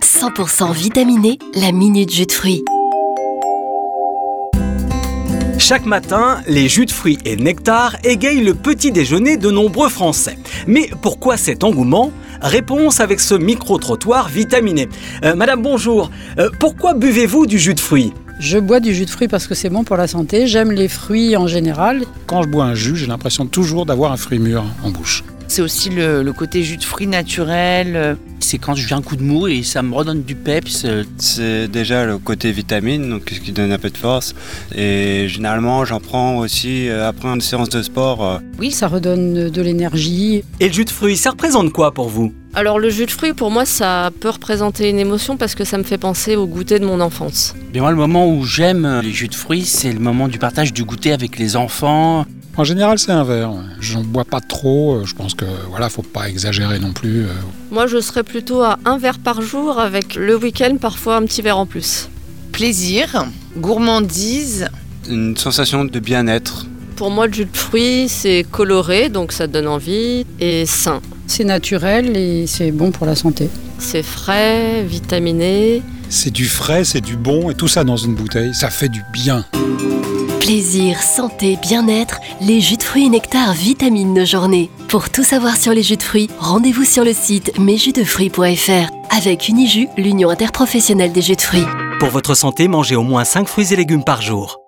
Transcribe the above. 100% vitaminé, la minute jus de fruits. Chaque matin, les jus de fruits et nectar égayent le petit déjeuner de nombreux Français. Mais pourquoi cet engouement Réponse avec ce micro-trottoir vitaminé. Euh, Madame, bonjour. Euh, pourquoi buvez-vous du jus de fruits Je bois du jus de fruits parce que c'est bon pour la santé. J'aime les fruits en général. Quand je bois un jus, j'ai l'impression toujours d'avoir un fruit mûr en bouche. C'est aussi le, le côté jus de fruits naturel. euh, c'est quand j'ai un coup de mou et ça me redonne du peps. euh, C'est déjà le côté vitamine, donc ce qui donne un peu de force. Et généralement, j'en prends aussi euh, après une séance de sport. euh, Oui, ça redonne de l'énergie. Et le jus de fruits, ça représente quoi pour vous Alors le jus de fruits, pour moi, ça peut représenter une émotion parce que ça me fait penser au goûter de mon enfance. Mais moi, le moment où j'aime euh, les jus de fruits, c'est le moment du partage du goûter avec les enfants. En général, c'est un verre. Je n'en bois pas trop. euh, Je pense que voilà, faut pas exagérer non plus. euh. Moi, je serais plutôt à un verre par jour avec le week-end parfois un petit verre en plus. Plaisir, gourmandise. Une sensation de bien-être. Pour moi, le jus de fruits, c'est coloré, donc ça donne envie, et sain. C'est naturel et c'est bon pour la santé. C'est frais, vitaminé. C'est du frais, c'est du bon, et tout ça dans une bouteille, ça fait du bien. Plaisir, santé, bien-être, les jus de fruits et nectar vitaminent nos journées. Pour tout savoir sur les jus de fruits, rendez-vous sur le site mesjusdefruits.fr avec Unijus, l'union interprofessionnelle des jus de fruits. Pour votre santé, mangez au moins 5 fruits et légumes par jour.